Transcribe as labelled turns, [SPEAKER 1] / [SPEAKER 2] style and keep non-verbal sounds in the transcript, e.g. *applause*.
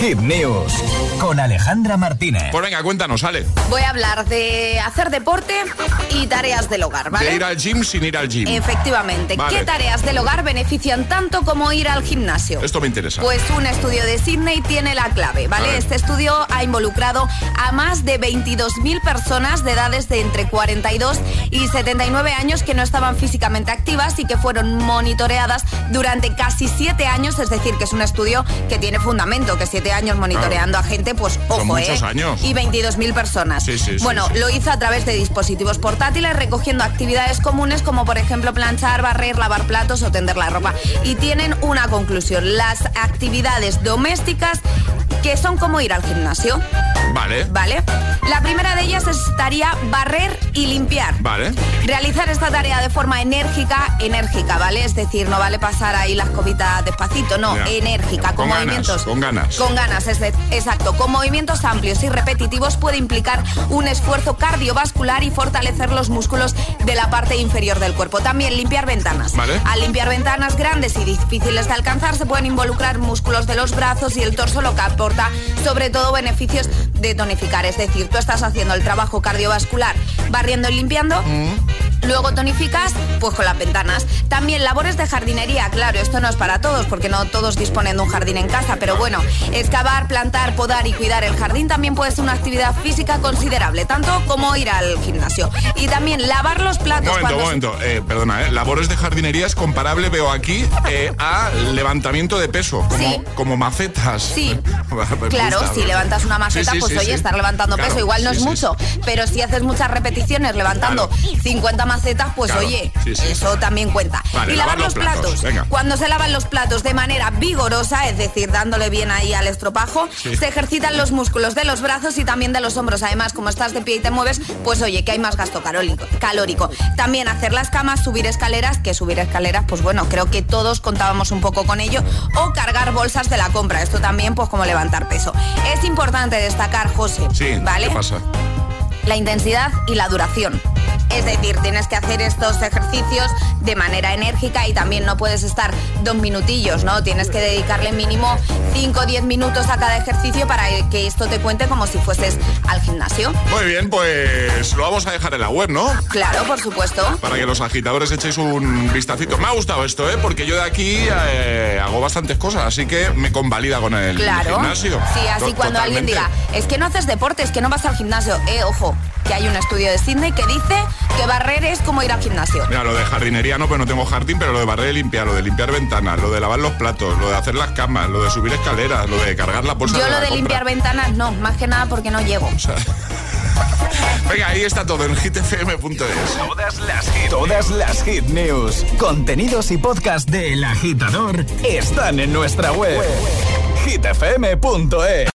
[SPEAKER 1] Hit News con Alejandra Martínez.
[SPEAKER 2] Pues venga, cuéntanos, Ale.
[SPEAKER 3] Voy a hablar de hacer deporte y tareas del hogar, ¿vale? Eh,
[SPEAKER 2] De ir al gym sin ir al gym.
[SPEAKER 3] Efectivamente.
[SPEAKER 2] Vale.
[SPEAKER 3] ¿Qué tareas del hogar benefician tanto como ir al gimnasio?
[SPEAKER 2] Esto me interesa.
[SPEAKER 3] Pues un estudio de Sydney tiene la clave,
[SPEAKER 2] A
[SPEAKER 3] ¿vale?
[SPEAKER 2] ver.
[SPEAKER 3] Este estudio ha involucrado a más de 22.000 personas de edades de entre 42 y 79 años que no estaban físicamente activas y que fueron monitoreadas durante casi 7 años, es decir, que es un estudio que tiene fundamento, que 7 años monitoreando a gente, pues ojo,
[SPEAKER 2] muchos
[SPEAKER 3] ¿eh?
[SPEAKER 2] años.
[SPEAKER 3] Y 22.000 personas.
[SPEAKER 2] Sí, sí, sí,
[SPEAKER 3] bueno,
[SPEAKER 2] sí.
[SPEAKER 3] lo hizo a través de dispositivos portátiles, recogiendo actividades comunes como por ejemplo planchar, barrer, lavar platos o tender la ropa. Y tienen una conclusión, las actividades domésticas que son como ir al gimnasio,
[SPEAKER 2] Vale.
[SPEAKER 3] ¿vale? La primera de ellas estaría barrer y limpiar.
[SPEAKER 2] Vale.
[SPEAKER 3] Realizar esta tarea de forma enérgica, enérgica, ¿vale? Es decir, no vale pasar ahí las cobitas despacito, no,
[SPEAKER 2] Ya.
[SPEAKER 3] enérgica,
[SPEAKER 2] Con
[SPEAKER 3] con,
[SPEAKER 2] ganas,
[SPEAKER 3] movimientos.
[SPEAKER 2] con ganas.
[SPEAKER 3] Con ganas, es de- exacto. Con movimientos amplios y repetitivos puede implicar un esfuerzo cardiovascular y fortalecer los músculos de la parte inferior del cuerpo. También limpiar ventanas.
[SPEAKER 2] Vale.
[SPEAKER 3] Al limpiar ventanas grandes y difíciles de alcanzar, se pueden involucrar músculos de los brazos y el torso, lo que aporta sobre todo beneficios de tonificar. Es decir, tú estás haciendo el trabajo cardiovascular barriendo y limpiando.
[SPEAKER 2] Mm.
[SPEAKER 3] Luego tonificas, pues con las ventanas. También labores de jardinería, claro, esto no es para todos, porque no todos disponen de un jardín en casa, pero bueno, excavar, plantar, podar y cuidar el jardín también puede ser una actividad física considerable, tanto como ir al gimnasio. Y también lavar los
[SPEAKER 2] Un momento,
[SPEAKER 3] platos cuando
[SPEAKER 2] un
[SPEAKER 3] se-
[SPEAKER 2] momento. Eh, perdona, ¿eh? labores de jardinería es comparable, veo aquí, eh, a levantamiento de peso, como,
[SPEAKER 3] Sí.
[SPEAKER 2] como macetas. *laughs*
[SPEAKER 3] Sí.
[SPEAKER 2] Me
[SPEAKER 3] Claro,
[SPEAKER 2] gusta.
[SPEAKER 3] si levantas una maceta,
[SPEAKER 2] Sí, sí,
[SPEAKER 3] pues
[SPEAKER 2] sí,
[SPEAKER 3] oye,
[SPEAKER 2] sí.
[SPEAKER 3] estar levantando
[SPEAKER 2] Claro,
[SPEAKER 3] peso igual no
[SPEAKER 2] sí,
[SPEAKER 3] es
[SPEAKER 2] sí,
[SPEAKER 3] mucho.
[SPEAKER 2] sí.
[SPEAKER 3] Pero si haces muchas repeticiones levantando 50 macetas, pues
[SPEAKER 2] Claro,
[SPEAKER 3] oye,
[SPEAKER 2] sí, sí.
[SPEAKER 3] eso también cuenta.
[SPEAKER 2] Vale,
[SPEAKER 3] y lavar los platos.
[SPEAKER 2] venga.
[SPEAKER 3] Cuando se lavan los platos de manera vigorosa, es decir, dándole bien ahí al estropajo,
[SPEAKER 2] Sí.
[SPEAKER 3] se ejercitan los músculos de los brazos y también de los hombros. Además, como estás de pie y te mueves, pues oye, que hay más gasto carólico- calórico. También hacer las camas, subir escaleras, que subir escaleras, pues bueno, creo que todos contábamos un poco con ello, o cargar bolsas de la compra. Esto también, pues como levantar peso. Es importante destacar, José,
[SPEAKER 2] Sí,
[SPEAKER 3] ¿vale?
[SPEAKER 2] ¿qué pasa?
[SPEAKER 3] la intensidad y la duración. Es decir, tienes que hacer estos ejercicios de manera enérgica y también no puedes estar dos minutillos, ¿no? Tienes que dedicarle mínimo 5 o 10 minutos a cada ejercicio para que esto te cuente como si fueses al gimnasio.
[SPEAKER 2] Muy bien, pues lo vamos a dejar en la web, ¿no?
[SPEAKER 3] Claro, por supuesto.
[SPEAKER 2] Para que los agitadores echéis un vistacito. Me ha gustado esto, ¿eh? Porque yo de aquí eh, hago bastantes cosas, así que me convalida con el
[SPEAKER 3] Claro.
[SPEAKER 2] gimnasio.
[SPEAKER 3] Sí, así
[SPEAKER 2] To-
[SPEAKER 3] cuando alguien
[SPEAKER 2] totalmente.
[SPEAKER 3] diga, es que no haces deporte, es que no vas al gimnasio. Eh, ojo, que hay un estudio de Sydney que dice que barrer es como ir al gimnasio.
[SPEAKER 2] Mira, lo de jardinería no, pues no tengo jardín, pero lo de barrer y limpiar, lo de limpiar ventanas, lo de lavar los platos, lo de hacer las camas, lo de subir escaleras, lo de cargar las bolsas
[SPEAKER 3] Yo
[SPEAKER 2] de
[SPEAKER 3] lo
[SPEAKER 2] la
[SPEAKER 3] de
[SPEAKER 2] compra. *laughs*
[SPEAKER 3] limpiar ventanas no, más que nada porque no llego.
[SPEAKER 2] Venga, ahí está todo en gtfm.es.
[SPEAKER 1] Todas las hit, todas las hit news, contenidos y podcast del agitador están en nuestra web. hitfm.es